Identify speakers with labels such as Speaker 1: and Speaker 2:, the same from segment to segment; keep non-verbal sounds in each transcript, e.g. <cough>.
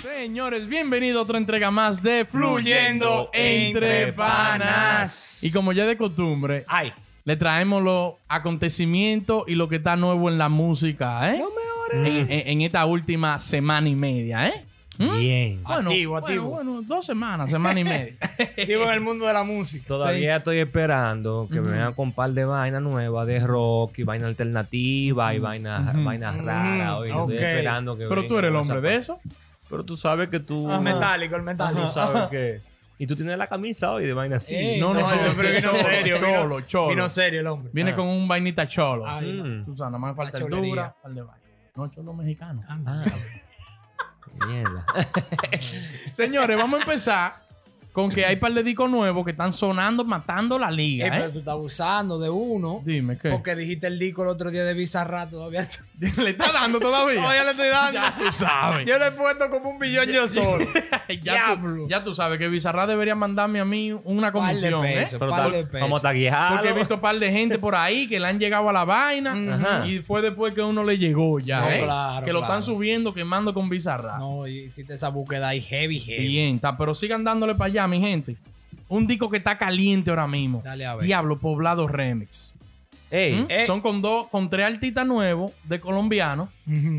Speaker 1: señores, bienvenido a otra entrega más de Fluyendo Entre Panas. Y como ya es de costumbre,
Speaker 2: Ay,
Speaker 1: le traemos los acontecimientos y lo que está nuevo en la música, ¿eh? En, en- en esta última semana y media, ¿eh? ¿Mm?
Speaker 3: Bien.
Speaker 1: Bueno,
Speaker 2: Activo,
Speaker 1: bueno,
Speaker 2: activo.
Speaker 1: bueno, dos semanas, semana y media.
Speaker 2: vivo en el mundo de la música.
Speaker 3: Todavía estoy esperando que me vengan con un par de vainas nuevas de rock y vaina alternativa y vainas vainas raras.
Speaker 2: Ujú.
Speaker 3: oye, estoy
Speaker 2: Ok.
Speaker 3: esperando que
Speaker 1: Pero tú
Speaker 3: vengan
Speaker 1: eres el
Speaker 3: con esa
Speaker 1: hombre
Speaker 3: pa-
Speaker 1: de eso.
Speaker 3: Pero tú sabes que tú.
Speaker 2: El metálico, el
Speaker 3: Tú
Speaker 2: metálico.
Speaker 3: sabes que. Y tú tienes la camisa hoy de vaina así.
Speaker 2: Ey,
Speaker 1: No, no, no,
Speaker 2: pero vino
Speaker 1: cholo,
Speaker 2: serio. vino-
Speaker 1: cholo, cholo.
Speaker 2: Vino serio el hombre.
Speaker 1: Viene
Speaker 3: Ah.
Speaker 1: con un vainita cholo.
Speaker 2: Ay,
Speaker 3: no.
Speaker 1: Tú sabes, nada más falta
Speaker 2: La cholería.
Speaker 1: altura, par de vaina. No, cholo mexicano.
Speaker 3: Ah, mierda.
Speaker 1: Señores, vamos a empezar con que hay par de discos nuevos que están sonando, matando la
Speaker 4: Ey,
Speaker 1: liga,
Speaker 4: pero
Speaker 1: ¿eh?
Speaker 4: tú estás abusando de uno.
Speaker 1: Dime, ¿qué?
Speaker 4: Porque dijiste el disco el otro día de Bizarra todavía. está-
Speaker 1: <laughs> ¿Le está dando todavía?
Speaker 2: Oye, le estoy
Speaker 1: <laughs>
Speaker 2: dando.
Speaker 1: ya <laughs> tú sabes.
Speaker 2: Yo le he puesto como un billón yo solo.
Speaker 1: <laughs> ya, tú,
Speaker 2: Diablo.
Speaker 1: ya tú sabes que Bizarra debería mandarme a mí una
Speaker 4: Par
Speaker 1: comisión,
Speaker 4: de
Speaker 1: ¿eh?
Speaker 4: pesos.
Speaker 3: Pero
Speaker 4: Par
Speaker 3: tal-
Speaker 4: de pesos.
Speaker 3: vamos a taguejar.
Speaker 1: Porque he visto un par de gente por ahí que le han llegado a la vaina
Speaker 3: Ajá.
Speaker 1: y fue después que uno le llegó ya,
Speaker 4: No,
Speaker 1: ¿eh?
Speaker 4: claro,
Speaker 1: que lo
Speaker 4: claro.
Speaker 1: están subiendo, quemando con Bizarra.
Speaker 4: No, y hiciste esa búsqueda ahí heavy, heavy.
Speaker 1: Bien, está, pero sigan dándole para allá, mi gente. Un disco que está caliente ahora mismo.
Speaker 4: Dale a ver.
Speaker 1: Diablo Poblado Remix.
Speaker 3: Ey,
Speaker 1: ¿Mm?
Speaker 4: Eh.
Speaker 1: Son con dos, con tres artistas nuevos de colombianos,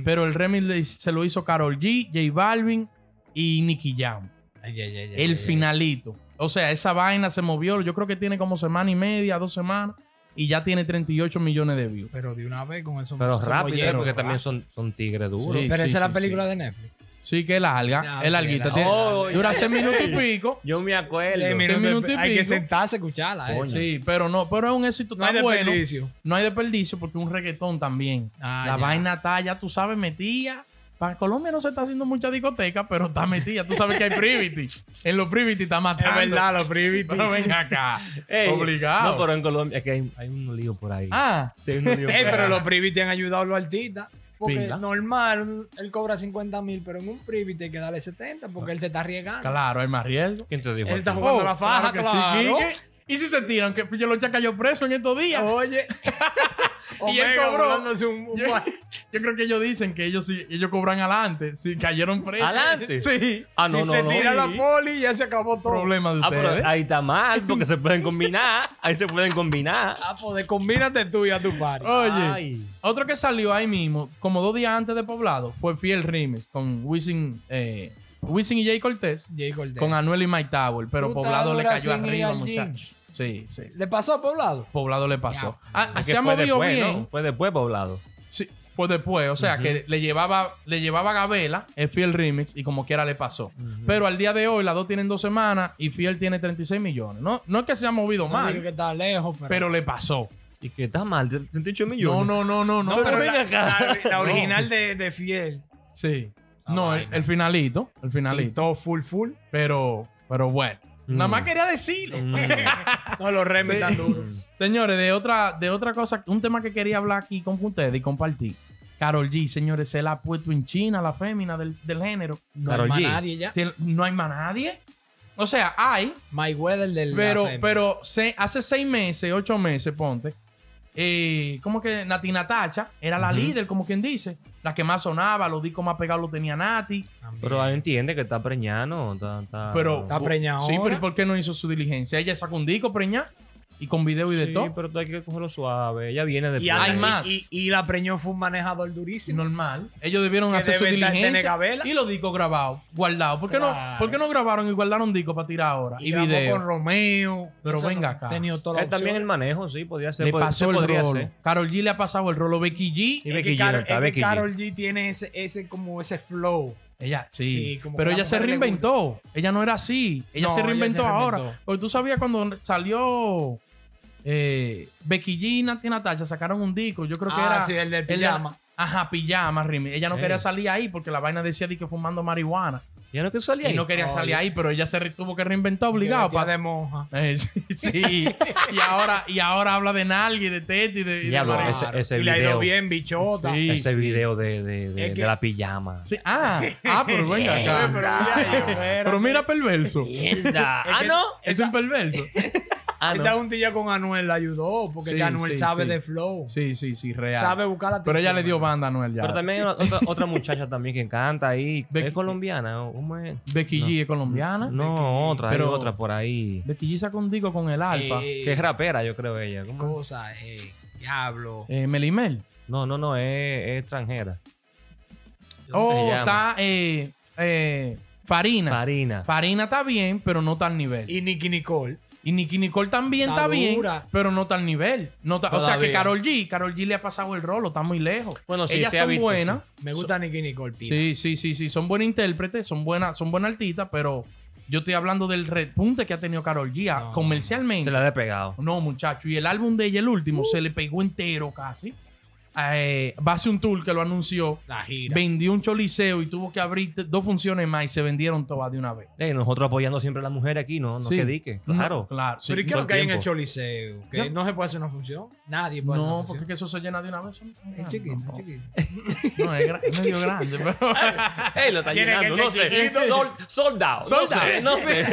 Speaker 1: pero el remix le- se lo hizo Carol G, J Balvin y Nicky Jam.
Speaker 4: Ay, ay, ay, ay,
Speaker 1: el
Speaker 4: ay,
Speaker 1: finalito. O sea, esa vaina se movió. Yo creo que tiene como semana y media, dos semanas, y ya tiene 38 millones de views.
Speaker 4: ay. Pero de una vez con eso.
Speaker 3: Pero
Speaker 4: esos
Speaker 3: rápido,
Speaker 4: molleros,
Speaker 3: porque
Speaker 4: ¿verdad?
Speaker 3: también son, son tigres duros.
Speaker 1: Sí,
Speaker 4: Ah, Pero
Speaker 1: sí,
Speaker 4: esa es
Speaker 1: sí,
Speaker 4: la película de Netflix.
Speaker 1: Sí, que es larga,
Speaker 4: Ya,
Speaker 1: es
Speaker 4: sí,
Speaker 1: larguita.
Speaker 4: la-
Speaker 1: tiene-
Speaker 3: Oh,
Speaker 1: dura
Speaker 3: ey.
Speaker 1: seis minutos
Speaker 4: <laughs>
Speaker 1: y pico.
Speaker 3: Yo me acuerdo.
Speaker 4: Seis
Speaker 1: minutos
Speaker 4: minutos
Speaker 1: y
Speaker 4: Hay que
Speaker 1: pico.
Speaker 4: sentarse a escucharla. eh.
Speaker 3: Coño.
Speaker 1: Sí, pero no, pero es un éxito
Speaker 4: No
Speaker 1: tan
Speaker 4: hay
Speaker 1: bueno.
Speaker 4: desperdicio.
Speaker 1: No hay desperdicio porque es un reggaetón también.
Speaker 4: Ah,
Speaker 1: la
Speaker 4: ya.
Speaker 1: vaina está, ya tú sabes, metida. Para Colombia no se está haciendo mucha discoteca, pero está metida. Tú sabes que hay Privity. En los Privity está matando.
Speaker 2: Es verdad, los Privity.
Speaker 1: Pero ven acá.
Speaker 3: Ey,
Speaker 1: Obligado.
Speaker 3: No, pero en Colombia es que hay, hay un lío por ahí.
Speaker 1: Ah,
Speaker 3: Sí, hay
Speaker 1: <laughs>
Speaker 3: un lío
Speaker 2: Ey,
Speaker 3: por
Speaker 2: pero
Speaker 3: ahí.
Speaker 2: los privis
Speaker 4: Privity han ayudado a los artistas. Porque
Speaker 1: Pila.
Speaker 4: normal, un- él cobra 50 mil, pero en un Privity hay que darle 70 porque él se está arriesgando.
Speaker 1: claro, hay más riesgo.
Speaker 3: <laughs>
Speaker 1: Oh,
Speaker 3: ¿Quién te dijo?
Speaker 2: Él
Speaker 3: a ti?
Speaker 2: está jugando la faja,
Speaker 1: que
Speaker 2: claro. Oh.
Speaker 1: sí, Quique. Y si se tiran, que yo lo cayó preso en estos días.
Speaker 4: Oye.
Speaker 1: <laughs> Y él
Speaker 2: Omega
Speaker 1: cobró.
Speaker 2: burlándose un- un
Speaker 1: Yo, yo creo que ellos dicen que ellos sí, ellos cobran adelante. Si cayeron presos. <laughs>
Speaker 3: ¿Adelante?
Speaker 1: Sí.
Speaker 3: Ah, no,
Speaker 2: si
Speaker 3: no,
Speaker 2: se
Speaker 3: no.
Speaker 2: tira la
Speaker 1: Sí.
Speaker 2: poli, ya se acabó todo.
Speaker 1: Problema de
Speaker 3: Ah, pero
Speaker 1: ustedes.
Speaker 3: ahí está mal, porque se pueden combinar. Ahí se pueden combinar.
Speaker 4: Ah, pues de
Speaker 2: Combínate tú y a tu party.
Speaker 1: Oye.
Speaker 3: Ay.
Speaker 1: Otro que salió ahí mismo, como dos días antes de Poblado, fue Fiel Rimes con Wisin, eh, Wisin y Jay Cortés,
Speaker 4: Jay Cortez.
Speaker 1: con Anuel y Mike Tower, pero
Speaker 4: Puta
Speaker 1: Poblado le
Speaker 4: dura
Speaker 1: cayó
Speaker 4: sin ir
Speaker 1: arriba,
Speaker 4: al gym.
Speaker 1: muchachos. Sí, sí.
Speaker 4: ¿Le pasó a Poblado?
Speaker 1: Poblado le pasó.
Speaker 4: Ya,
Speaker 1: Ah,
Speaker 3: Es que
Speaker 1: se ha
Speaker 3: fue
Speaker 1: movido
Speaker 3: después,
Speaker 1: bien.
Speaker 3: ¿no? Fue después poblado.
Speaker 1: Sí, fue después, o sea, que le llevaba, le llevaba a Gabela, el Fiel Remix, y como quiera le pasó. Pero al día de hoy, las dos tienen dos semanas y Fiel tiene 36 millones. No, no es que se ha movido
Speaker 4: No
Speaker 1: mal,
Speaker 4: digo que está lejos, pero.
Speaker 1: pero le pasó.
Speaker 3: Y que está mal, 38
Speaker 1: No,
Speaker 3: millones.
Speaker 1: no, no, no, no.
Speaker 2: No, pero
Speaker 3: ven
Speaker 2: la,
Speaker 3: acá.
Speaker 1: <laughs>
Speaker 2: la- la original de, de Fiel.
Speaker 1: Sí.
Speaker 4: Esa
Speaker 1: No, el,
Speaker 4: vaina.
Speaker 1: el finalito. El finalito.
Speaker 2: Todo full, full.
Speaker 1: Pero, pero bueno.
Speaker 3: Mm.
Speaker 1: Nada más quería decirlo.
Speaker 3: <laughs> Mm.
Speaker 2: No, los remes
Speaker 1: Sí. <laughs>
Speaker 2: están duros.
Speaker 1: Señores, de otra, de otra cosa, un tema que quería hablar aquí con ustedes y compartir. Carol G, señores, se la ha puesto en China la fémina del, del género.
Speaker 4: no
Speaker 3: Karol
Speaker 4: hay más
Speaker 3: G.
Speaker 4: nadie ya.
Speaker 1: Si- No hay más nadie. O sea, hay,
Speaker 4: My Weather del.
Speaker 1: pero,
Speaker 4: la FEMI.
Speaker 1: pero se- hace seis meses, ocho meses, ponte. eh, como que Nati Natacha era la
Speaker 3: Ujú.
Speaker 1: líder, como quien dice. La que más sonaba, los discos más pegados los tenía Nati.
Speaker 4: También.
Speaker 3: Pero ahí entiende que está preñano. Está, Ah. está-
Speaker 1: Pero,
Speaker 4: Está preñada
Speaker 1: Sí, pero ¿y
Speaker 4: ahora.
Speaker 1: por qué no hizo su diligencia? Ella sacó un disco preñá y con video y de
Speaker 3: Sí,
Speaker 1: todo.
Speaker 3: pero tú hay que cogerlo suave. Ella viene después.
Speaker 2: Y, anda-
Speaker 1: Hay
Speaker 2: y-
Speaker 1: más.
Speaker 2: Y, y la preñó fue un manejador durísimo.
Speaker 1: Normal. Ellos debieron
Speaker 2: Que
Speaker 1: hacer su
Speaker 2: debe estar tener
Speaker 1: diligencia
Speaker 2: gabela.
Speaker 1: y los discos grabados, guardados. ¿Por qué, no,
Speaker 4: Claro.
Speaker 1: ¿Por qué no grabaron y guardaron discos para tirar ahora? Y,
Speaker 4: grabó con
Speaker 1: video.
Speaker 4: Romeo.
Speaker 1: Pero
Speaker 4: Eso
Speaker 1: venga
Speaker 4: no,
Speaker 1: acá.
Speaker 4: Tenido toda la
Speaker 3: Eh, también el
Speaker 4: opción.
Speaker 3: manejo, sí, podía ser.
Speaker 1: Le
Speaker 3: pod-
Speaker 1: pasó
Speaker 3: se
Speaker 1: el
Speaker 3: podría
Speaker 1: rolo.
Speaker 3: ser.
Speaker 1: Carol G le ha pasado el rolo. Becky G.
Speaker 3: Y
Speaker 2: Es
Speaker 3: Becky
Speaker 2: que
Speaker 3: G, no
Speaker 2: Karol-
Speaker 3: está
Speaker 2: es
Speaker 3: Becky
Speaker 2: que
Speaker 3: G.
Speaker 2: Carol G tiene ese, ese como ese flow.
Speaker 1: Ella, sí.
Speaker 2: Sí, como
Speaker 1: pero
Speaker 2: que a
Speaker 1: ella
Speaker 2: la
Speaker 1: se
Speaker 2: mujer le
Speaker 1: reinventó. Ella no era así. Ella
Speaker 4: No, ella
Speaker 1: se
Speaker 4: se
Speaker 1: reinventó ahora.
Speaker 4: reinventó.
Speaker 1: Porque tú sabías cuando salió eh, Becky G y Nati Natasha sacaron un disco. Yo creo que
Speaker 4: Ah,
Speaker 1: era.
Speaker 4: sí, el del
Speaker 1: Ella-
Speaker 4: pijama.
Speaker 1: ajá, pijama, Rimi. Ella no
Speaker 3: Ey.
Speaker 1: quería salir ahí porque la vaina decía de que fumando marihuana.
Speaker 3: Ya no que salía
Speaker 1: Y no quería salir ahí, pero ella se re- tuvo que reinventar obligado.
Speaker 4: Que vestía
Speaker 1: pa-
Speaker 4: de monja.
Speaker 1: Eh, <laughs> sí, sí. y, ahora, y ahora habla de nalga y de teta y de, y de
Speaker 3: Ya lo-
Speaker 1: marihuana.
Speaker 3: ese, ese
Speaker 2: y le ha ido
Speaker 3: video.
Speaker 2: bien, bichota.
Speaker 1: Sí,
Speaker 3: ese
Speaker 1: sí.
Speaker 3: video de, de, de,
Speaker 2: Es que-
Speaker 3: de la pijama.
Speaker 1: Sí, Ah, ah,
Speaker 3: <laughs>
Speaker 1: pero venga
Speaker 2: Pero,
Speaker 1: acá.
Speaker 2: pero, mira, yo, espérate.
Speaker 1: Pero mira, perverso.
Speaker 3: Mierda.
Speaker 2: Es
Speaker 3: ah,
Speaker 2: que-
Speaker 3: no.
Speaker 1: Es un perverso.
Speaker 3: Ah, no.
Speaker 2: Esa juntilla con Anuel la ayudó, porque
Speaker 1: Sí,
Speaker 2: que Anuel
Speaker 1: sí,
Speaker 2: sabe
Speaker 1: sí.
Speaker 2: de flow.
Speaker 1: Sí, sí, sí, real.
Speaker 2: Sabe buscar la
Speaker 1: Pero ella
Speaker 2: atención.
Speaker 1: le dio banda a Noel ya.
Speaker 3: Pero también hay una- otra, otra muchacha también que
Speaker 1: <laughs>
Speaker 3: canta ahí.
Speaker 1: Becky-
Speaker 3: ¿Es colombiana? ¿o ¿Cómo es?
Speaker 1: Becky
Speaker 3: No.
Speaker 1: G es colombiana.
Speaker 3: No, otra,
Speaker 1: pero-
Speaker 3: hay otra por ahí.
Speaker 1: Becky G sacó un disco con el Alfa. Eh,
Speaker 2: Eh,
Speaker 3: Que es rapera, yo creo ella. ¿Cómo?
Speaker 2: cosa, eh, diablo.
Speaker 1: Eh, Melimel.
Speaker 3: No, no, no, es, es extranjera. ¿Cómo se
Speaker 1: Oh,
Speaker 3: llama?
Speaker 1: está eh, eh, Farina.
Speaker 3: Farina.
Speaker 1: Farina está bien, pero no tal nivel. Y,
Speaker 2: Y Nicky Nicole.
Speaker 1: Nicki Nicole también está,
Speaker 2: Está
Speaker 1: bien,
Speaker 2: dura.
Speaker 1: pero no tal nivel. No ta- o sea que
Speaker 3: Todavía.
Speaker 1: Carol G, Carol G le ha pasado el rolo, está muy lejos.
Speaker 3: Bueno, sí,
Speaker 1: Ellas
Speaker 3: se ha
Speaker 1: son
Speaker 3: visto,
Speaker 1: buenas.
Speaker 2: Me gusta Nicky Nicole. pila.
Speaker 1: Sí, sí, sí, sí. Son buenas intérpretes, son buenas, son buenas artistas, pero yo estoy hablando del repunte que ha tenido Carol G a-
Speaker 2: No.
Speaker 1: comercialmente.
Speaker 3: Se la ha despegado.
Speaker 1: No, muchacho. Y el álbum de ella, el último, se le pegó entero casi. Eh, va a hacer un tour que lo anunció.
Speaker 2: La gira.
Speaker 1: Vendió un choliseo y tuvo que abrir t- dos funciones más y se vendieron todas de una vez.
Speaker 3: Ey, Eh, nosotros apoyando siempre a la mujer aquí, no, no
Speaker 1: Sí.
Speaker 3: que dique. Claro.
Speaker 1: No, claro. sí.
Speaker 2: Pero ¿y qué es
Speaker 3: todo
Speaker 2: lo que hay en
Speaker 3: tiempo.
Speaker 2: el Choliseo? Que no. se puede hacer una función. Nadie puede hacer
Speaker 1: No,
Speaker 2: una
Speaker 1: porque es
Speaker 2: función.
Speaker 1: que eso se llena de una vez.
Speaker 4: Es chiquito,
Speaker 1: No, Eh,
Speaker 4: chiquito.
Speaker 1: No, es gra- es medio
Speaker 2: <laughs>
Speaker 1: grande, pero.
Speaker 3: <laughs> Ey, lo está
Speaker 2: Tiene que
Speaker 3: llenando,
Speaker 2: ser
Speaker 3: no sé.
Speaker 2: chiquito.
Speaker 3: Sol- sold out.
Speaker 1: Sold
Speaker 3: no sé,
Speaker 1: out.
Speaker 3: no sé.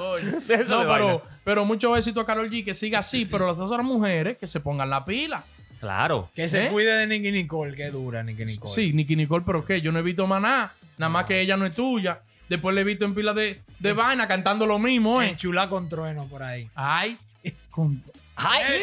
Speaker 1: Coño.
Speaker 3: De eso
Speaker 1: No,
Speaker 3: de
Speaker 1: pero,
Speaker 3: vaina.
Speaker 1: pero mucho éxito a Carol G que siga así, pero las otras mujeres que se pongan la pila.
Speaker 3: Claro.
Speaker 2: Que se
Speaker 1: ¿Eh?
Speaker 2: cuide de Nicky Nicole, que dura Nicky Nicole.
Speaker 1: Sí, Nicki Nicole, pero ¿qué? Yo no he visto más nada. Nada más que ella no es tuya. Después le he visto en pila de, de vaina cantando lo mismo, ¿eh?
Speaker 2: Enchula con trueno por ahí. Eh,
Speaker 1: Ay. con-
Speaker 3: ¡Ay!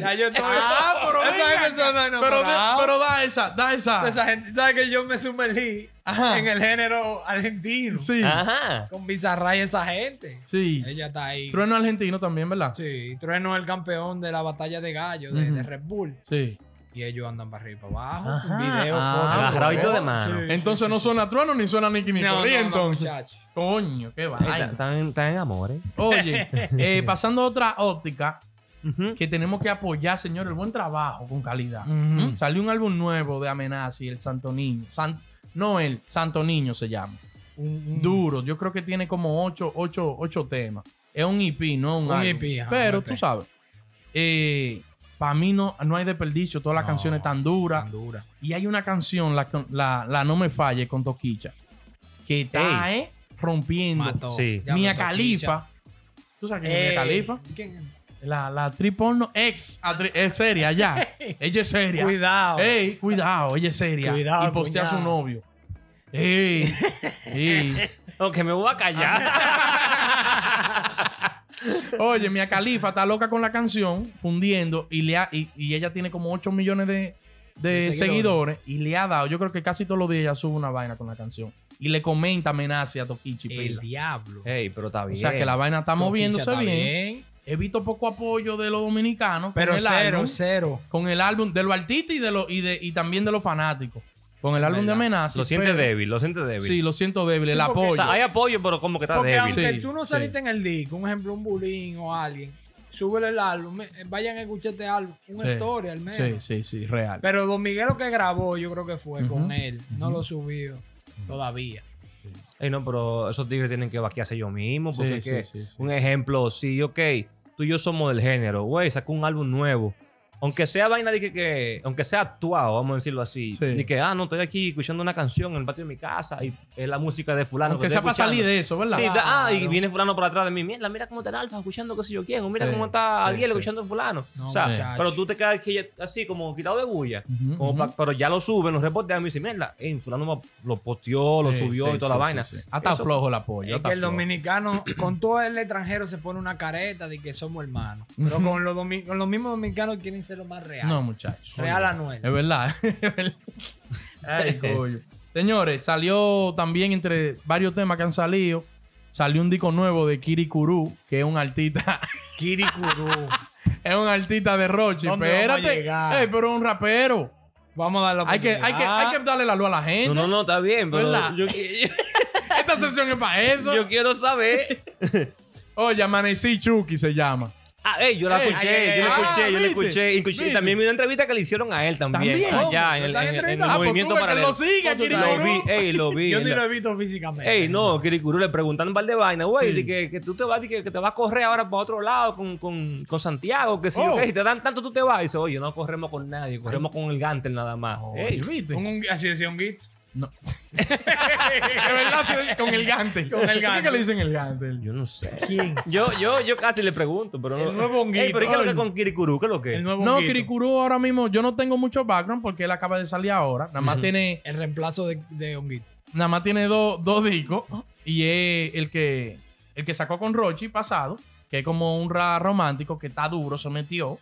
Speaker 2: Ya yo estoy.
Speaker 1: Ah, pero
Speaker 2: Esa
Speaker 1: venga
Speaker 2: gente
Speaker 1: acá.
Speaker 2: está
Speaker 1: eh, pero, de-
Speaker 2: enamorada.
Speaker 1: pero da esa, da esa.
Speaker 2: Esa gente, ¿sabes que yo me sumergí
Speaker 1: Ajá.
Speaker 2: en el género argentino?
Speaker 1: Sí,
Speaker 3: Ajá.
Speaker 2: Con Bizarra y esa gente.
Speaker 1: sí.
Speaker 2: Ella está ahí.
Speaker 1: Trueno argentino también, ¿verdad?
Speaker 2: Sí, Trueno es el campeón de la batalla de gallos de,
Speaker 1: Ujú.
Speaker 2: de Red Bull.
Speaker 1: Sí.
Speaker 2: Y ellos andan para arriba y para abajo.
Speaker 1: Ajá.
Speaker 2: con Video,
Speaker 1: Ah,
Speaker 2: fotos,
Speaker 3: agarrado y todo de
Speaker 2: huevos.
Speaker 3: mano.
Speaker 2: Sí, sí,
Speaker 1: Entonces
Speaker 2: sí.
Speaker 1: no suena Trueno ni suena Nicki Nicole.
Speaker 2: No,
Speaker 1: y
Speaker 2: no, no,
Speaker 1: entonces,
Speaker 2: muchacho.
Speaker 1: coño, qué
Speaker 3: Ey,
Speaker 1: vaina.
Speaker 3: Están están en amores.
Speaker 1: Oye, eh, pasando a otra óptica,
Speaker 3: Ujú.
Speaker 1: que tenemos que apoyar, señor, el buen trabajo con calidad.
Speaker 3: Ujú.
Speaker 1: ¿Mm? Salió un álbum nuevo de Amenazi, el Santo Niño. San- no, el Santo Niño se llama.
Speaker 2: Mm.
Speaker 1: Duro, yo creo que tiene como ocho, ocho, ocho temas. Es un EP, no un,
Speaker 2: Un
Speaker 1: álbum.
Speaker 2: EP, ajá,
Speaker 1: Pero
Speaker 2: un E EP.
Speaker 1: tú sabes, eh, para mí no, no hay desperdicio, todas las
Speaker 2: No,
Speaker 1: canciones tan duras.
Speaker 2: Tan dura.
Speaker 1: Y hay una canción, la, la, la No Me Falle con Toquicha, que está eh, rompiendo.
Speaker 2: Mató.
Speaker 3: Sí.
Speaker 2: Ya
Speaker 1: Mia
Speaker 2: me tocó,
Speaker 1: Khalifa. ¿Tú sabes quién es
Speaker 2: Eh,
Speaker 1: Mia Khalifa?
Speaker 4: ¿Quién?
Speaker 1: La, la actriz porno ex atri- es seria
Speaker 2: <laughs>
Speaker 1: ya. Ella es
Speaker 2: chicha.
Speaker 1: seria.
Speaker 2: Cuidado.
Speaker 1: Ey, cuidado, ella es seria.
Speaker 2: Cuidado,
Speaker 1: y postea a su
Speaker 2: cuñado.
Speaker 1: novio.
Speaker 2: <laughs>
Speaker 1: Ey, ey.
Speaker 3: Ok, me voy a callar.
Speaker 1: <laughs> Oye, Mia Khalifa está loca con la canción, fundiendo, y, le ha- y, y ella tiene como 8 millones de, de
Speaker 2: De seguidores.
Speaker 1: seguidores. y le ha dado, yo creo que casi todos los días ella sube una vaina con la canción. Y le comenta amenaza a Tokichi.
Speaker 2: El
Speaker 1: pila.
Speaker 2: diablo.
Speaker 3: Ey, pero está bien.
Speaker 1: O sea que la vaina está
Speaker 2: Toquicha
Speaker 1: moviéndose
Speaker 2: está
Speaker 1: bien. He visto poco apoyo de los dominicanos.
Speaker 2: Pero
Speaker 1: con el
Speaker 2: cero,
Speaker 1: álbum.
Speaker 2: cero.
Speaker 1: con el álbum de los artistas y de los y, de, y también de los fanáticos. Con el álbum de
Speaker 2: Verdad.
Speaker 1: amenaza.
Speaker 3: Lo siente
Speaker 1: pero-
Speaker 3: débil, lo siente débil.
Speaker 1: Sí, lo siento débil,
Speaker 2: Sí,
Speaker 1: el
Speaker 2: porque-
Speaker 1: apoyo.
Speaker 3: O sea, hay apoyo, pero como que está
Speaker 2: Porque
Speaker 3: débil.
Speaker 2: aunque
Speaker 1: Sí,
Speaker 2: tú no
Speaker 1: sí.
Speaker 2: saliste en el disco, un ejemplo, un bulín o alguien, súbele el álbum, eh, vayan a escuchar este álbum, una
Speaker 1: Sí.
Speaker 2: story al menos.
Speaker 1: sí, sí, sí, real.
Speaker 2: Pero Don Miguelo que grabó, yo creo que fue
Speaker 1: Ujú.
Speaker 2: con él, no lo subió todavía.
Speaker 3: Ey, no, pero esos tigres tienen que vaquearse ellos mismos. Porque
Speaker 1: Sí,
Speaker 3: es
Speaker 1: sí,
Speaker 3: que,
Speaker 1: sí, sí.
Speaker 3: un ejemplo, sí, ok, tú y yo somos del género, güey, saca un álbum nuevo. Aunque sea vaina de que, que- aunque sea actuado, vamos a decirlo así.
Speaker 1: Sí.
Speaker 3: De que, ah, no, estoy aquí escuchando una canción en el patio de mi casa y es la música de fulano.
Speaker 1: Aunque
Speaker 3: que
Speaker 1: sea
Speaker 3: estoy
Speaker 1: para salir de eso, ¿verdad?
Speaker 3: Sí, da- ah, y
Speaker 2: Claro.
Speaker 3: viene fulano por atrás de mí. Mira, mira cómo está el alfa escuchando qué sé yo quién. O mira
Speaker 1: Sí,
Speaker 3: cómo está
Speaker 1: sí,
Speaker 3: Adiel
Speaker 1: sí.
Speaker 3: escuchando fulano.
Speaker 2: No,
Speaker 3: o sea,
Speaker 2: muchacho.
Speaker 3: pero tú te quedas aquí así como quitado de bulla.
Speaker 1: Ujú,
Speaker 3: Como
Speaker 1: ujú.
Speaker 3: pa- pero ya lo suben, los reportes a mí dicen, mira, ey, eh, fulano lo posteó, lo
Speaker 1: Sí,
Speaker 3: subió
Speaker 1: sí,
Speaker 3: y toda
Speaker 1: sí,
Speaker 3: la
Speaker 1: sí,
Speaker 3: vaina.
Speaker 1: sí. Hasta
Speaker 3: Eso-
Speaker 1: flojo el apoyo.
Speaker 2: Es
Speaker 1: hasta
Speaker 2: que el
Speaker 1: flojo.
Speaker 2: dominicano, <clears throat> con todo el extranjero, se pone una careta de que somos hermanos. Pero con los, domi- con los mismos dominicanos quieren ser lo más real.
Speaker 1: No, muchachos.
Speaker 2: real
Speaker 1: Es
Speaker 2: Anuel.
Speaker 1: verdad. <laughs> es verdad.
Speaker 3: <laughs>
Speaker 1: Ay, coño. Señores, salió también entre varios temas que han salido. Salió un disco nuevo de Kiri Kuru, que es un artista <laughs>
Speaker 2: Kirikuru.
Speaker 1: Es un artista de Rochi.
Speaker 2: ¿Dónde vamos a
Speaker 1: Espérate.
Speaker 2: llegar?
Speaker 1: Ey, pero es un rapero.
Speaker 2: Vamos a darle la
Speaker 1: Hay que, hay, que,
Speaker 2: oportunidad.
Speaker 1: hay que darle la luz a la gente.
Speaker 3: No, no, no, está bien, pero
Speaker 1: ¿Verdad? <laughs>
Speaker 3: yo, yo-
Speaker 1: Esta sesión es para eso.
Speaker 3: yo quiero saber.
Speaker 1: Oye, Amanecí Chucky se llama.
Speaker 3: Ah, ey, yo la
Speaker 1: Ey,
Speaker 3: escuché,
Speaker 1: ay, ay,
Speaker 3: yo la
Speaker 1: ay.
Speaker 3: escuché, yo la
Speaker 1: Ah,
Speaker 3: escuché.
Speaker 1: ¿viste?
Speaker 3: Inclusive
Speaker 1: ¿Viste?
Speaker 3: también vi una entrevista que le hicieron a él también.
Speaker 1: También.
Speaker 3: Allá en el,
Speaker 2: ¿Están
Speaker 3: en- en el
Speaker 2: entrevistando? Ah, pues
Speaker 3: movimiento
Speaker 1: tú ves que
Speaker 3: paralelo.
Speaker 1: lo sigue,
Speaker 3: Lo
Speaker 1: Kirikuru.
Speaker 3: vi, ey, lo
Speaker 1: <laughs>
Speaker 3: vi.
Speaker 2: Yo ni
Speaker 3: en
Speaker 2: lo
Speaker 3: la-
Speaker 2: he visto físicamente.
Speaker 3: Ey, no, Kirikuru le preguntaron un par de vainas, güey,
Speaker 1: Sí.
Speaker 3: de que, que tú te vas, de que, que te vas a correr ahora para otro lado con, con, con Santiago, que si
Speaker 1: Oh.
Speaker 3: yo, ey, te dan tanto, tú te vas. Y dice, oye, no corremos con nadie, corremos con el Gantel nada más.
Speaker 1: Oye,
Speaker 3: Ey,
Speaker 1: ¿viste?
Speaker 2: Un, un- así decía un guito.
Speaker 1: No. <laughs> de verdad, sí, con el gante. Con el gante. ¿Qué le dicen el gante?
Speaker 3: Yo no sé.
Speaker 2: ¿Quién?
Speaker 3: <laughs> Yo, yo, yo casi le pregunto, pero no.
Speaker 2: El nuevo honguito.
Speaker 3: Ey, pero ¿y qué es lo que con Kirikuru? ¿Qué es lo que?
Speaker 2: El nuevo
Speaker 1: No,
Speaker 2: honguito.
Speaker 1: Kirikuru ahora mismo, yo no tengo mucho background porque él acaba de salir ahora. Nada más tiene,
Speaker 2: El reemplazo de, de honguito.
Speaker 1: nada más tiene dos dos discos. Y es el que, el que sacó con Rochi pasado, que es como un rap romántico que está duro, se metió.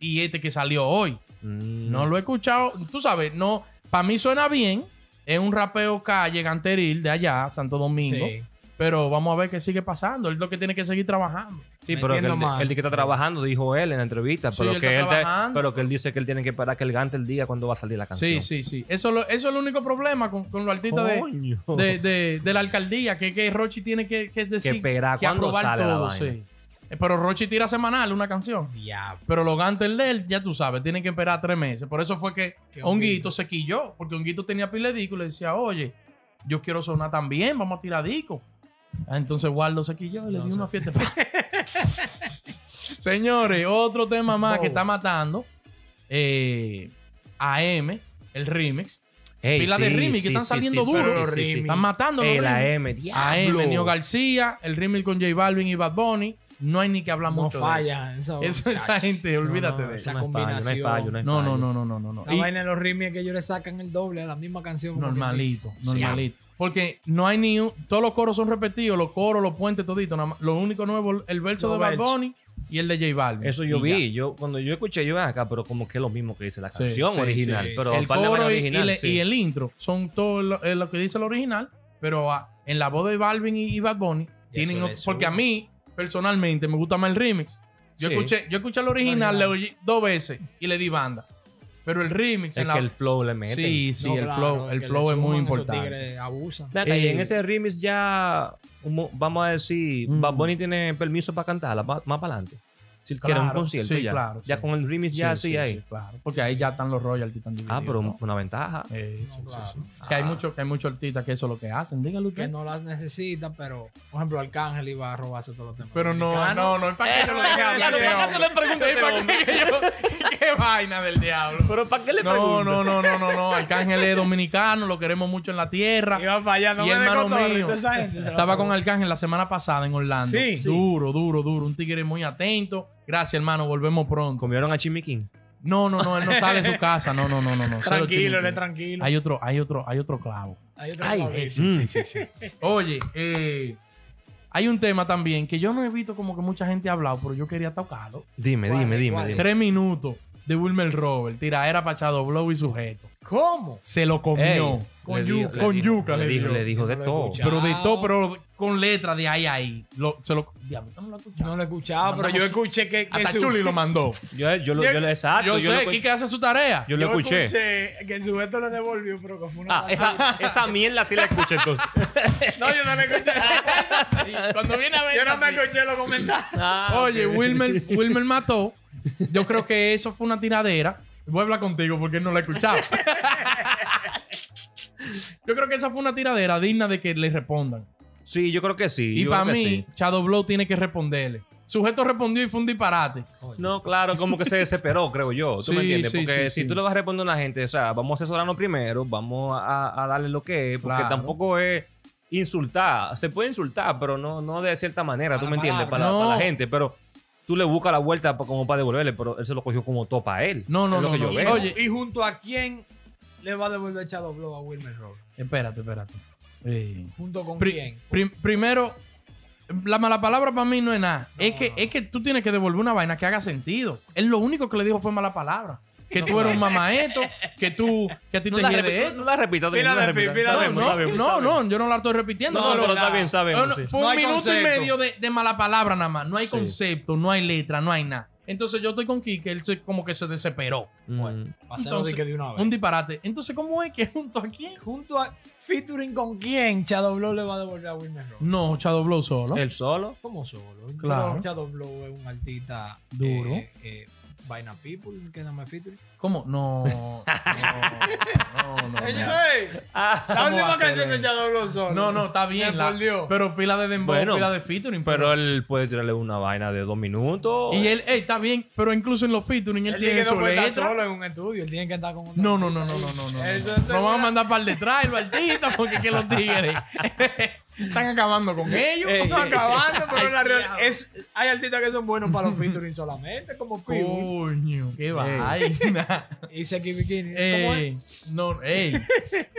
Speaker 1: Y este que salió hoy.
Speaker 3: Mm.
Speaker 1: No lo he escuchado. Tú sabes, no. Para mí suena bien. Es un rapeo calle ganteril de allá, Santo Domingo.
Speaker 2: Sí.
Speaker 1: Pero vamos a ver qué sigue pasando. Él es lo que tiene que seguir trabajando.
Speaker 3: Sí, pero que él,
Speaker 2: Metiendo más.
Speaker 3: él dice que está trabajando, dijo él en la entrevista.
Speaker 1: Sí,
Speaker 3: Pero,
Speaker 1: él
Speaker 3: que
Speaker 1: está
Speaker 3: él te-
Speaker 1: trabajando.
Speaker 3: pero que él dice que él tiene que parar que el gante el diga cuándo va a salir la
Speaker 1: Sí,
Speaker 3: canción.
Speaker 1: sí, sí. Eso, lo- eso es el único problema con, con los artistas de,
Speaker 3: Coño.
Speaker 1: de, de- de la alcaldía, que, que Rochi tiene que, que decir
Speaker 3: <laughs> Que esperar cuándo
Speaker 1: aprobar
Speaker 3: sale la vaina.
Speaker 1: Eh, Pero Rochi tira semanal una canción.
Speaker 2: Diablo.
Speaker 1: Pero los gantes de él, ya tú sabes, tienen que esperar tres meses. Por eso fue que Honguito se quilló, porque Honguito tenía pile de disco y le decía, oye, yo quiero sonar también, vamos a tirar disco. Ah, Entonces Waldo se quilló y le dio una fiesta. <laughs> Señores, otro tema más que está matando. Eh, AM, el remix.
Speaker 3: Ey,
Speaker 1: Pila de
Speaker 3: sí,
Speaker 1: remix que
Speaker 3: sí,
Speaker 1: están
Speaker 3: sí,
Speaker 1: saliendo
Speaker 3: sí,
Speaker 1: duros.
Speaker 3: sí, sí, sí.
Speaker 1: Están matando los
Speaker 3: Ey, la
Speaker 1: remix.
Speaker 3: M,
Speaker 1: AM,
Speaker 3: diablo.
Speaker 1: Neo García, el remix con J Balvin y Bad Bunny. No hay ni que hablar
Speaker 2: No
Speaker 1: mucho de eso.
Speaker 2: falla. esa-
Speaker 1: Eso, esa
Speaker 2: Chach.
Speaker 1: gente, olvídate
Speaker 2: no,
Speaker 1: de
Speaker 2: esa
Speaker 1: eso.
Speaker 3: No hay fallo,
Speaker 2: combinación.
Speaker 3: No, hay fallo, no, hay
Speaker 1: No,
Speaker 3: fallo.
Speaker 1: no, no, no, no, no, no.
Speaker 2: La
Speaker 1: Y
Speaker 2: vaina de los ritmos es que ellos le sacan el doble a la misma canción. como
Speaker 1: normalito,
Speaker 2: quien dice.
Speaker 1: normalito. Porque no hay ni un, todos los coros son repetidos, los coros, los puentes, todito. nada más. Lo único nuevo, el verso
Speaker 2: Los
Speaker 1: de Bad
Speaker 2: versos.
Speaker 1: Bunny y el de J Balvin.
Speaker 3: Eso yo
Speaker 1: Y ya.
Speaker 3: vi. Yo, cuando yo escuché, yo "Ven acá, pero como que es lo mismo que dice la
Speaker 1: Sí,
Speaker 3: canción
Speaker 2: sí,
Speaker 3: original.
Speaker 2: sí.
Speaker 3: Pero
Speaker 1: El
Speaker 3: aparte de la
Speaker 1: coro y,
Speaker 3: original,
Speaker 1: y le-
Speaker 3: sí.
Speaker 1: y el intro son todo lo, eh, lo que dice el original, pero ah, en la voz de Balvin y, y Bad Bunny tienen
Speaker 2: eso
Speaker 1: otro-
Speaker 2: es
Speaker 1: Porque a
Speaker 2: uno.
Speaker 1: mí, personalmente, me gusta más el remix. Yo
Speaker 3: Sí.
Speaker 1: escuché, yo escuché el original, le oí dos veces y le di banda. Pero el remix
Speaker 3: Es
Speaker 1: en la
Speaker 3: que el flow le mete.
Speaker 1: Sí, sí,
Speaker 2: No,
Speaker 1: el
Speaker 2: claro,
Speaker 1: flow, el
Speaker 2: que le
Speaker 1: flow es muy
Speaker 2: suman, esos
Speaker 1: importante.
Speaker 2: tigres abusan.
Speaker 3: Ven acá, y
Speaker 1: Eh,
Speaker 3: en ese remix ya, humo- vamos a decir, Bad
Speaker 1: Mm.
Speaker 3: Bunny tiene permiso para cantarla más, para adelante. Si él quiere un
Speaker 1: Claro,
Speaker 3: concierto
Speaker 1: sí,
Speaker 3: ya.
Speaker 1: claro,
Speaker 3: ya
Speaker 1: sí.
Speaker 3: con el remix ya sí, ahí.
Speaker 1: claro. Porque ahí ya están los royalties tan divididos.
Speaker 3: Ah, pero
Speaker 1: ¿no?
Speaker 3: una ventaja.
Speaker 1: Eh,
Speaker 2: No,
Speaker 1: sí, sí,
Speaker 2: claro.
Speaker 1: sí. Que hay muchos que hay muchos artistas que eso es lo que hacen, dígalo
Speaker 2: que
Speaker 1: usted.
Speaker 2: no las necesita, pero por ejemplo Arcángel iba a robarse todos los temas.
Speaker 1: Pero no,
Speaker 2: dominicanos.
Speaker 1: no, no, es para que yo lo deje hablar.
Speaker 3: pero ¿para qué tú le preguntas a
Speaker 1: Es
Speaker 3: este
Speaker 1: para que yo- <laughs> Qué vaina del diablo.
Speaker 3: Pero ¿para qué le
Speaker 1: No, no, no, no, no, no. Arcángel es dominicano, lo queremos mucho en la tierra.
Speaker 2: Iba para allá, no
Speaker 1: Y
Speaker 2: me dé
Speaker 1: hermano
Speaker 2: cotorra,
Speaker 1: mío,
Speaker 2: toda esa gente se la
Speaker 1: Estaba
Speaker 2: robó.
Speaker 1: con Arcángel la semana pasada en Orlando.
Speaker 2: Sí.
Speaker 1: Duro, duro, duro. Un tigre muy atento. Gracias, hermano. Volvemos pronto.
Speaker 3: Comieron a Jimmy King.
Speaker 1: No, no, no. Él no sale de su casa. No, no, no, no. no. Cero
Speaker 2: Tranquilo,
Speaker 1: chimiquín.
Speaker 2: le tranquilo.
Speaker 1: Hay otro, hay otro, hay otro clavo.
Speaker 2: Hay otra
Speaker 1: Ay, ese.
Speaker 2: cabeza.
Speaker 3: Mm.
Speaker 1: Oye, eh, hay un tema también que yo no he visto como que mucha gente ha hablado, pero yo quería tocarlo.
Speaker 3: Dime,
Speaker 2: ¿Cuál,
Speaker 3: dime, dime,
Speaker 2: cuál?
Speaker 3: dime.
Speaker 1: Tres minutos de Wilmer Robert, tiraera pachado, blow y sujeto.
Speaker 2: ¿Cómo?
Speaker 1: Se lo comió.
Speaker 3: Ey,
Speaker 1: con
Speaker 3: le dijo-
Speaker 1: yuca, con
Speaker 3: le dijo-
Speaker 1: yuca
Speaker 3: le
Speaker 1: le
Speaker 3: dijo.
Speaker 1: dio.
Speaker 3: Le dijo de
Speaker 2: Yo lo he
Speaker 3: todo.
Speaker 2: escuchado.
Speaker 1: Pero de todo, pero con letra de ahí a ahí. Lo- se lo, diablo, ¿usted no lo ha escuchado?
Speaker 2: No lo escuchaba, Ah, pero
Speaker 1: Mandamos-
Speaker 2: yo escuché que, que
Speaker 1: Hasta
Speaker 2: su-
Speaker 1: Chuli lo mandó.
Speaker 3: Yo, yo, lo- yo, lo- exacto,
Speaker 1: yo,
Speaker 3: yo
Speaker 1: sé,
Speaker 3: lo,
Speaker 1: Kike hace su tarea.
Speaker 3: yo lo escuché.
Speaker 2: que el sujeto le devolvió, pero que fue una
Speaker 3: Ah,
Speaker 1: <laughs>
Speaker 3: esa, esa mierda sí la escuché entonces.
Speaker 2: No, yo no la escuché.
Speaker 1: Sí, cuando viene a ver.
Speaker 2: Yo no me
Speaker 1: también.
Speaker 2: escuché los comentarios.
Speaker 1: <laughs>
Speaker 3: Ah,
Speaker 1: Oye, Wilmer, Wilmer mató. Yo creo que eso fue una tiradera. Voy a hablar contigo porque él no la
Speaker 2: <laughs>
Speaker 1: escuchaba. Yo creo que esa fue una tiradera digna de que le respondan.
Speaker 3: Sí, yo creo que sí.
Speaker 1: Y
Speaker 3: yo
Speaker 1: para
Speaker 3: creo
Speaker 1: mí,
Speaker 3: que sí.
Speaker 1: Shadow Blow tiene que responderle. Sujeto respondió y fue un disparate.
Speaker 3: No, claro, como que se desesperó, <laughs> creo yo.
Speaker 1: Sí,
Speaker 3: ¿Tú me entiendes?
Speaker 1: sí,
Speaker 3: Porque
Speaker 1: sí,
Speaker 3: si
Speaker 1: sí.
Speaker 3: tú le vas a responder a una gente, o sea, vamos a asesorarnos primero, vamos a, a darle lo que es, porque
Speaker 1: Claro.
Speaker 3: tampoco es insultar. Se puede insultar, pero no, no de cierta manera, ¿tú
Speaker 2: Para
Speaker 3: me entiendes? Para,
Speaker 1: palabra.
Speaker 3: para
Speaker 1: No.
Speaker 3: la gente, pero tú le buscas la vuelta pa- como para devolverle, pero él se lo cogió como topa a él.
Speaker 1: No, no,
Speaker 3: Es lo
Speaker 1: no,
Speaker 3: que yo
Speaker 1: no.
Speaker 3: veo.
Speaker 1: Oye.
Speaker 2: ¿Y junto a quién le va a devolver Shadow Blow a Wilmer Rowe?
Speaker 1: Espérate, espérate. Eh,
Speaker 2: ¿Junto con
Speaker 1: pri-
Speaker 2: quién?
Speaker 1: prim- primero, la mala palabra para mí no es nada.
Speaker 2: No,
Speaker 1: es, que,
Speaker 2: no.
Speaker 1: es que tú tienes que devolver una vaina que haga sentido. Él lo único que le dijo fue mala palabra. Que tú eres un mamaeto, que tú, que a ti
Speaker 3: No
Speaker 1: te
Speaker 3: la,
Speaker 1: hiede
Speaker 3: repi-
Speaker 1: esto.
Speaker 3: no la repitas.
Speaker 2: Pila
Speaker 3: no la
Speaker 2: de
Speaker 3: repitas.
Speaker 2: pi- pila de-
Speaker 1: No,
Speaker 2: Sabemos,
Speaker 1: no,
Speaker 2: sabemos,
Speaker 1: no,
Speaker 2: sabemos.
Speaker 1: no, yo no la estoy repitiendo.
Speaker 3: No, pero
Speaker 1: pero
Speaker 3: está bien, sabemos.
Speaker 1: Bueno,
Speaker 3: sí.
Speaker 1: fue
Speaker 2: No
Speaker 1: un
Speaker 2: hay
Speaker 1: minuto y
Speaker 2: concepto.
Speaker 1: medio de, de mala palabra nada más. No hay
Speaker 3: Sí.
Speaker 1: concepto, no hay letra, no hay nada. Entonces yo estoy con Kike, él se- como que se desesperó.
Speaker 3: Mm.
Speaker 2: Pasemos
Speaker 1: entonces,
Speaker 2: de que de una vez.
Speaker 1: Un disparate. Entonces, ¿cómo es que junto a quién?
Speaker 2: ¿Junto a featuring con quién Shadow Blow le va a devolver a Wilmer Rowe?
Speaker 1: No, Shadow Blow solo.
Speaker 3: Él solo.
Speaker 2: Como solo.
Speaker 1: Claro.
Speaker 2: Claro. Shadow Blow es un artista
Speaker 1: Duro.
Speaker 2: eh, eh, Vaina People, que no me featuring.
Speaker 1: ¿Cómo? No. No, no, no, no.
Speaker 2: <laughs> Ey, La
Speaker 1: ¿Cómo va a
Speaker 2: última
Speaker 1: ser,
Speaker 2: canción
Speaker 1: eh?
Speaker 2: de Ya Dobló Solo.
Speaker 1: No, no, está bien.
Speaker 2: Me
Speaker 1: la-
Speaker 2: perdió.
Speaker 1: pero pila de dembow,
Speaker 3: Bueno,
Speaker 1: pila de featuring.
Speaker 3: Pero él puede tirarle una vaina de dos minutos.
Speaker 1: Y él, ey, está bien, pero incluso en los featuring él,
Speaker 2: Él
Speaker 1: tiene
Speaker 2: tiene que
Speaker 1: su
Speaker 2: no puede estar
Speaker 1: letra.
Speaker 2: solo en un estudio. Él tiene que estar con un...
Speaker 1: No, no, no, no, no, no, no.
Speaker 2: Eso
Speaker 1: no.
Speaker 2: es
Speaker 1: Nos van a
Speaker 2: verdad.
Speaker 1: mandar para el detrás, los artistas, porque es que los tigres <laughs> están acabando con ellos.
Speaker 3: Ey,
Speaker 2: No acabando, pero la realidad...
Speaker 1: diablo.
Speaker 2: Es, hay artistas que son buenos para los featuring solamente, como Pibu.
Speaker 1: Coño, qué vaina.
Speaker 2: Y Seki Bikini. ¿Cómo es?
Speaker 1: Eh, no, ey.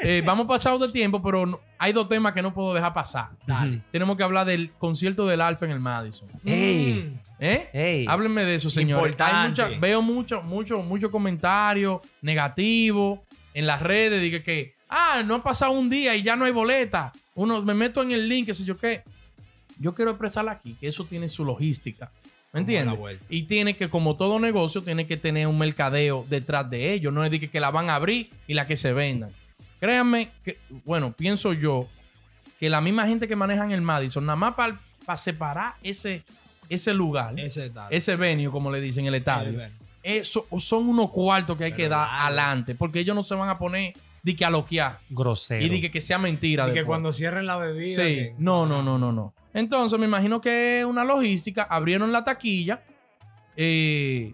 Speaker 1: Eh, vamos pasado de tiempo, pero no- hay dos temas que no puedo dejar pasar.
Speaker 3: Dale.
Speaker 1: Tenemos que hablar del concierto del Alfa en el Madison.
Speaker 3: Ey.
Speaker 2: Mm.
Speaker 1: ¿Eh?
Speaker 3: Ey.
Speaker 1: Háblenme de eso, señores.
Speaker 2: Importante.
Speaker 1: Hay mucha- veo mucho, mucho, mucho comentario negativo en las redes. Dije que, ah, no ha pasado un día y ya no hay boleta. Uno, me meto en el link, qué sé yo qué. Yo quiero expresarla aquí, que eso tiene su logística. ¿Me entiendes?
Speaker 2: la vuelta.
Speaker 1: Y tiene que, como todo negocio, tiene que tener un mercadeo detrás de ellos. No es de que, que la van a abrir y la que se vendan. Créanme que, bueno, pienso yo que la misma gente que manejan el Madison, nada más para separar ese, ese lugar
Speaker 2: Ese tal.
Speaker 1: ese venue, como le dicen, el estadio,
Speaker 2: Ese tal.
Speaker 1: eso, son unos cuartos que hay que
Speaker 2: Pero
Speaker 1: dar
Speaker 2: vale.
Speaker 1: adelante, porque ellos no se van a poner de que a loquear
Speaker 3: Grosero.
Speaker 1: y de que, que sea mentira.
Speaker 2: Y que
Speaker 1: después.
Speaker 2: cuando cierren la bebida...
Speaker 1: Sí,
Speaker 2: que-
Speaker 1: no, no, no, no, no. Entonces me imagino que es una logística, abrieron la taquilla, eh,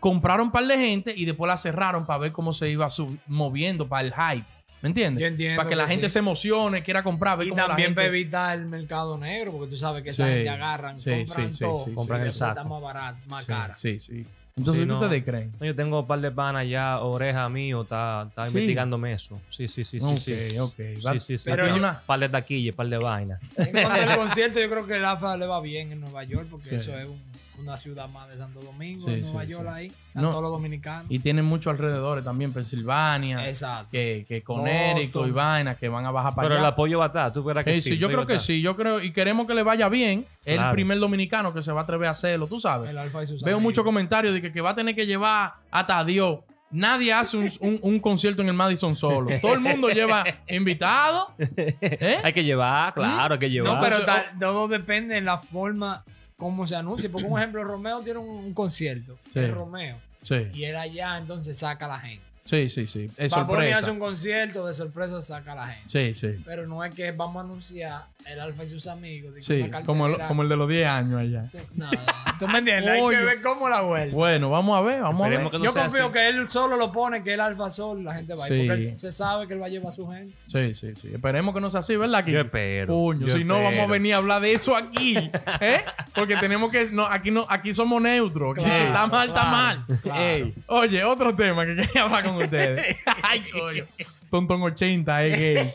Speaker 1: compraron un par de gente y después la cerraron para ver cómo se iba sub- moviendo para el hype. ¿Me entiendes?
Speaker 2: Yo entiendo
Speaker 1: Para que, la
Speaker 2: que
Speaker 1: gente
Speaker 2: sí.
Speaker 1: se emocione, quiera comprar, ver
Speaker 2: Y
Speaker 1: cómo Pues la
Speaker 2: también
Speaker 1: gente-
Speaker 2: para evitar el mercado negro, porque tú sabes que esa
Speaker 1: Sí,
Speaker 2: gente agarran,
Speaker 1: sí,
Speaker 2: compran
Speaker 1: sí, sí,
Speaker 2: todo,
Speaker 1: sí, sí,
Speaker 3: Compran
Speaker 2: y
Speaker 3: el
Speaker 2: después
Speaker 3: saco.
Speaker 2: está más barato, más
Speaker 1: Sí,
Speaker 2: cara.
Speaker 1: sí, sí. Entonces,
Speaker 3: Sí,
Speaker 1: ¿qué
Speaker 3: no.
Speaker 1: ustedes creen?
Speaker 3: No, yo tengo un par de panas ya, oreja mío, está, está
Speaker 1: Sí.
Speaker 3: investigándome eso. Sí, sí, sí, sí.
Speaker 1: ok,
Speaker 3: sí.
Speaker 1: ok. va-
Speaker 3: Sí, sí, sí.
Speaker 1: Pero
Speaker 3: Aquí
Speaker 1: yo-
Speaker 3: un par de taquillas, par de vainas.
Speaker 2: En cuanto al concierto, yo creo que el AFA le va bien en Nueva York, porque
Speaker 1: Sí.
Speaker 2: eso es un- una ciudad más de Santo Domingo,
Speaker 1: Sí,
Speaker 2: Nueva
Speaker 1: sí,
Speaker 2: York
Speaker 1: sí.
Speaker 2: ahí, a
Speaker 1: No.
Speaker 2: todos los dominicanos.
Speaker 1: Y tienen muchos alrededores también, Pensilvania,
Speaker 2: Exacto.
Speaker 1: que, que Conérico y
Speaker 2: Boston.
Speaker 1: vaina, que van a bajar para
Speaker 3: Pero el
Speaker 1: allá.
Speaker 3: apoyo va a estar, tú verás que
Speaker 1: Eh, sí,
Speaker 3: sí.
Speaker 1: yo
Speaker 3: el apoyo
Speaker 1: creo que
Speaker 3: va a estar.
Speaker 1: sí, yo creo, y queremos que le vaya bien. El
Speaker 3: Claro.
Speaker 1: primer dominicano que se va a atrever a hacerlo, tú sabes.
Speaker 2: El Alfa y sus
Speaker 1: Veo
Speaker 2: amigos.
Speaker 1: muchos comentarios de que, que va a tener que llevar hasta a Dios. Nadie hace un, un- un concierto en el Madison solo. Todo el mundo lleva invitados. ¿eh?
Speaker 3: Hay que llevar, claro, hay que llevar.
Speaker 2: No, pero
Speaker 1: Entonces,
Speaker 2: tal- todo depende de la forma como se anuncia. Porque, por ejemplo, Romeo tiene un, un concierto,
Speaker 1: Sí.
Speaker 2: es Romeo,
Speaker 1: Sí,
Speaker 2: y él allá entonces saca a la gente.
Speaker 1: sí, sí, sí. Es
Speaker 2: Bad Bunny hace
Speaker 1: sorpresa.
Speaker 2: un concierto, de sorpresa saca a la gente.
Speaker 1: Sí, sí.
Speaker 2: Pero no es que vamos a anunciar el Alfa y sus amigos. de que
Speaker 1: Sí,
Speaker 2: una
Speaker 1: como el,
Speaker 2: cartelera- <laughs>
Speaker 1: como el de los 10 años allá.
Speaker 2: No, no, tú me entiendes. Hay
Speaker 1: Oye.
Speaker 2: que ver cómo la vuelve.
Speaker 1: Bueno, vamos a ver, vamos a ver.
Speaker 3: Esperemos que no
Speaker 2: Yo
Speaker 3: sea
Speaker 2: confío
Speaker 3: así.
Speaker 2: que él solo lo pone, que el Alfa solo la gente va a ir. Porque
Speaker 1: Sí.
Speaker 2: él se sabe que él va a llevar a su gente.
Speaker 1: Sí, sí, sí. Esperemos que no sea así, ¿verdad?
Speaker 3: Yo
Speaker 1: Kiko?
Speaker 3: espero.
Speaker 1: Puño,
Speaker 3: yo
Speaker 1: si no vamos a
Speaker 3: espero.
Speaker 1: venir a hablar de eso aquí, ¿eh? Porque tenemos que no, aquí no aquí somos neutros, aquí
Speaker 2: Claro,
Speaker 1: si está mal está
Speaker 2: claro,
Speaker 1: mal.
Speaker 2: claro.
Speaker 3: Ey.
Speaker 1: Oye, otro tema que <laughs> quería hablar con
Speaker 2: <laughs>
Speaker 1: ustedes. Ay, coño. Tontón 80 es gay.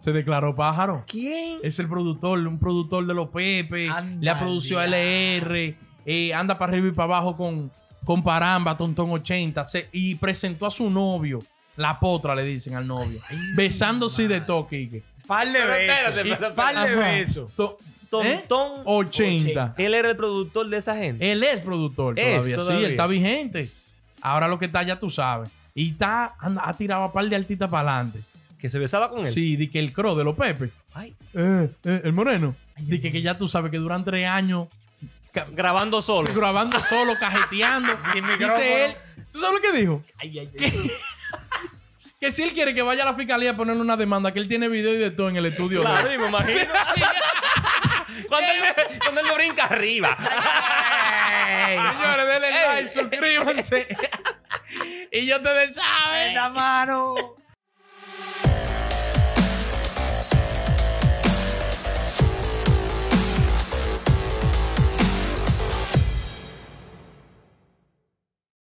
Speaker 1: Se declaró pájaro.
Speaker 2: ¿Quién?
Speaker 1: Es el productor, un productor de los Pepe,
Speaker 2: Anda
Speaker 1: le ha producido a
Speaker 2: al
Speaker 1: LR, eh, anda para arriba y para abajo con, con Paramba, Tontón 80, se- y presentó a su novio, la potra le dicen al novio, besándose y de todo, Quique.
Speaker 2: Par de
Speaker 3: Pero
Speaker 2: besos.
Speaker 3: espérate,
Speaker 2: Y
Speaker 3: pero
Speaker 2: Par de
Speaker 1: Ajá.
Speaker 2: besos.
Speaker 1: To- ¿eh?
Speaker 3: Tontón.
Speaker 1: 80.
Speaker 3: Él era el productor de esa gente.
Speaker 1: Él es productor
Speaker 3: Es,
Speaker 1: todavía, sí,
Speaker 3: todavía.
Speaker 1: él está vigente. Ahora lo que está ya tú sabes. Y está, anda, ha tirado a par de altitas para adelante.
Speaker 3: Que se besaba con él.
Speaker 1: Sí, di que el cro de los Pepe.
Speaker 3: Ay,
Speaker 1: Eh, eh, el moreno. Di que, que ya tú sabes que duran tres años ca-
Speaker 3: grabando solo.
Speaker 1: grabando solo,
Speaker 3: <laughs>
Speaker 1: cajeteando.
Speaker 2: micrófono.
Speaker 1: Dice él. ¿Tú sabes lo que dijo? Que si él quiere que vaya a la fiscalía a ponerle una demanda, que él tiene video y de todo en el estudio. de él. <laughs>
Speaker 3: Claro, y me imagino. <laughs> cuando, él, me- cuando él me brinca arriba.
Speaker 1: Señores, denle like, suscríbanse. y yo te saben.
Speaker 2: En la mano.